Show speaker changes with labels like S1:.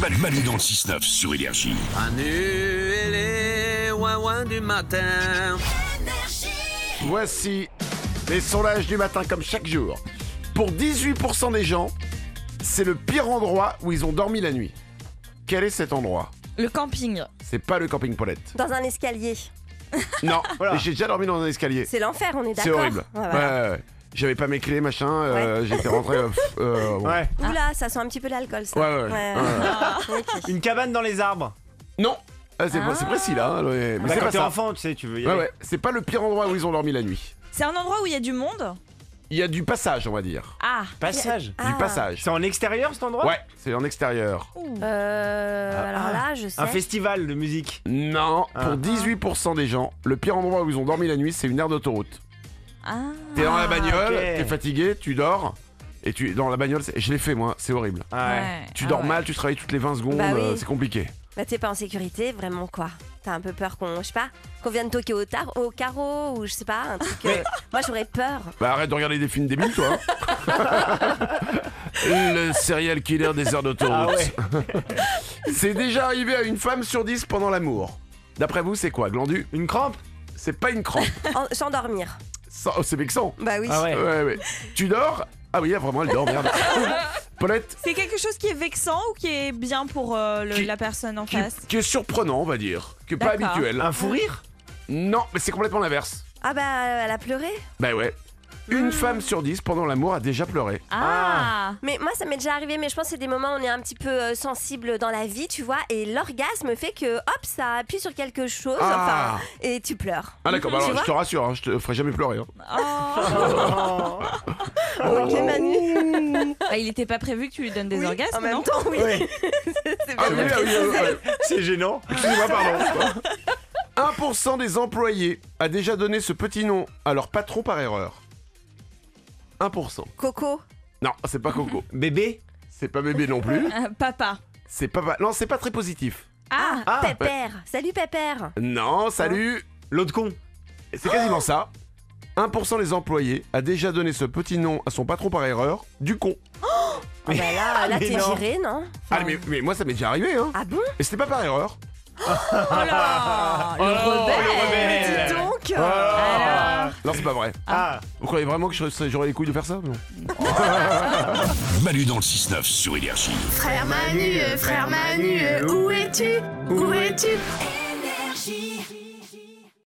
S1: Manu, Manu dans le 6-9 sur Énergie.
S2: Annuez les ouin du matin.
S3: Voici les sondages du matin comme chaque jour. Pour 18% des gens, c'est le pire endroit où ils ont dormi la nuit. Quel est cet endroit
S4: Le camping,
S3: C'est pas le camping Paulette.
S5: Dans un escalier.
S3: Non, mais j'ai déjà dormi dans un escalier.
S5: C'est l'enfer, on est d'accord.
S3: C'est horrible.
S5: Ouais, voilà.
S3: Ouais, ouais, ouais. J'avais pas mes clés, machin. euh, J'étais rentré. euh, pff, euh, bon.
S6: Ouais.
S5: Oula, ça sent un petit peu l'alcool, ça.
S3: Ouais, ouais, ouais.
S5: Ok.
S6: Une cabane dans les arbres.
S3: Non, Ah, c'est c'est précis là. hein, ouais. Mais
S6: Bah,
S3: c'est
S6: quand
S3: pas
S6: t'es
S3: ça.
S6: enfant, tu sais, tu veux y
S3: Ouais,
S6: aller.
S3: ouais. C'est pas le pire endroit où ils ont dormi la nuit.
S4: c'est un endroit où il y a du monde.
S3: Il y a du passage, on va dire.
S4: Ah,
S6: Passage.
S5: Ah.
S3: Du passage.
S6: C'est en extérieur cet endroit
S3: Ouais, c'est en extérieur.
S5: Euh, alors là, je sais.
S6: Un festival de musique.
S3: Non,
S6: Ah.
S3: pour 18% des gens, le pire endroit où ils ont dormi la nuit, c'est une aire d'autoroute.
S4: ah.
S3: T'es dans la bagnole,
S6: ok.
S3: t'es fatigué, tu dors. Et tu dans la bagnole, c'est- je l'ai fait moi, c'est horrible.
S4: Ouais.
S3: Tu
S4: Ah
S3: dors
S4: ouais.
S3: mal, tu travailles toutes les 20 secondes,
S5: Bah oui.
S3: euh, c'est compliqué.
S5: Bah, t'es pas en sécurité, vraiment quoi. T'as un peu peur qu'on, je sais pas, qu'on vienne toquer au, tar- au carreau ou je sais pas, un truc. euh,
S6: Mais-
S5: Moi, j'aurais peur.
S3: Bah arrête de regarder des films débiles toi. hein. Le serial killer des aires
S6: Ah
S3: d'autoroute.
S6: ouais.
S3: C'est déjà arrivé à une femme sur 10 pendant l'amour. D'après vous, c'est quoi, Glandu
S6: Une crampe
S3: C'est pas une crampe.
S5: En- S'endormir.
S3: Ça- oh, c'est vexant.
S5: Bah oui.
S6: Ah ouais.
S3: Ouais, ouais. Tu dors Ah oui, là, vraiment, elle dort, merde. Paulette,
S4: C'est quelque chose qui est vexant ou qui est bien pour euh, le-
S3: Qui-
S4: la personne en
S3: qui,
S4: face
S3: qui est surprenant, on va dire. Que pas
S4: D'accord.
S3: habituel.
S6: Un fou rire
S3: Non, mais c'est complètement l'inverse.
S5: Ah bah, euh, elle a pleuré.
S3: Bah ouais.
S5: Hmm.
S3: Une femme sur 10 pendant l'amour a déjà pleuré.
S4: Ah,
S5: Mais moi, ça m'est déjà arrivé, mais je pense que c'est des moments où on est un petit peu euh, sensible dans la vie, tu vois, et l'orgasme fait que, hop, ça appuie sur quelque chose,
S3: Ah.
S5: enfin, et tu pleures.
S3: Ah d'accord, bah
S5: Hmm, Tu
S3: alors,
S5: vois
S3: je te rassure, hein, je te ferai jamais pleurer. hein.
S4: Oh.
S6: Oh.
S5: Ok, Manu.
S4: Bah, Il était pas prévu que tu lui donnes des
S5: Oui,
S4: orgasmes,
S5: en même
S4: non
S5: temps, oui.
S6: Ouais.
S5: C'est
S3: Ah
S5: pas
S3: oui,
S5: vrai.
S3: ah oui, ah oui, ah
S6: C'est gênant.
S3: oui. excusez-moi, pardon. 1% des employés a déjà donné ce petit nom à leur patron par erreur. 1%.
S5: Coco.
S3: Non, c'est pas Coco.
S6: Bébé
S3: C'est pas bébé non plus.
S4: Euh, Papa.
S3: C'est pas... Non, c'est pas très positif.
S4: Ah,
S6: Ah.
S5: Pépère. Salut Pépère.
S3: Non, salut.
S6: L'autre con.
S3: C'est quasiment ça. 1% des employés a déjà donné ce petit nom à son patron par erreur, du con.
S5: Ah bah là, là
S6: Mais
S5: t'es
S6: non.
S5: giré, non
S3: Ah mais, mais moi ça m'est déjà arrivé hein.
S5: Ah bon
S3: Et c'était pas par erreur.
S4: oh
S3: Ah.
S4: là
S6: Oh, le
S5: Dis
S6: rebelle. Oh.
S5: donc
S6: Ah.
S3: Non c'est pas vrai.
S6: Ah.
S3: Vous croyez vraiment que je- j'aurais les couilles de faire ça Non.
S1: Manu dans le 6-9 sur Énergie.
S7: Frère Manu, euh, frère Manu, euh, où es-tu Où es-tu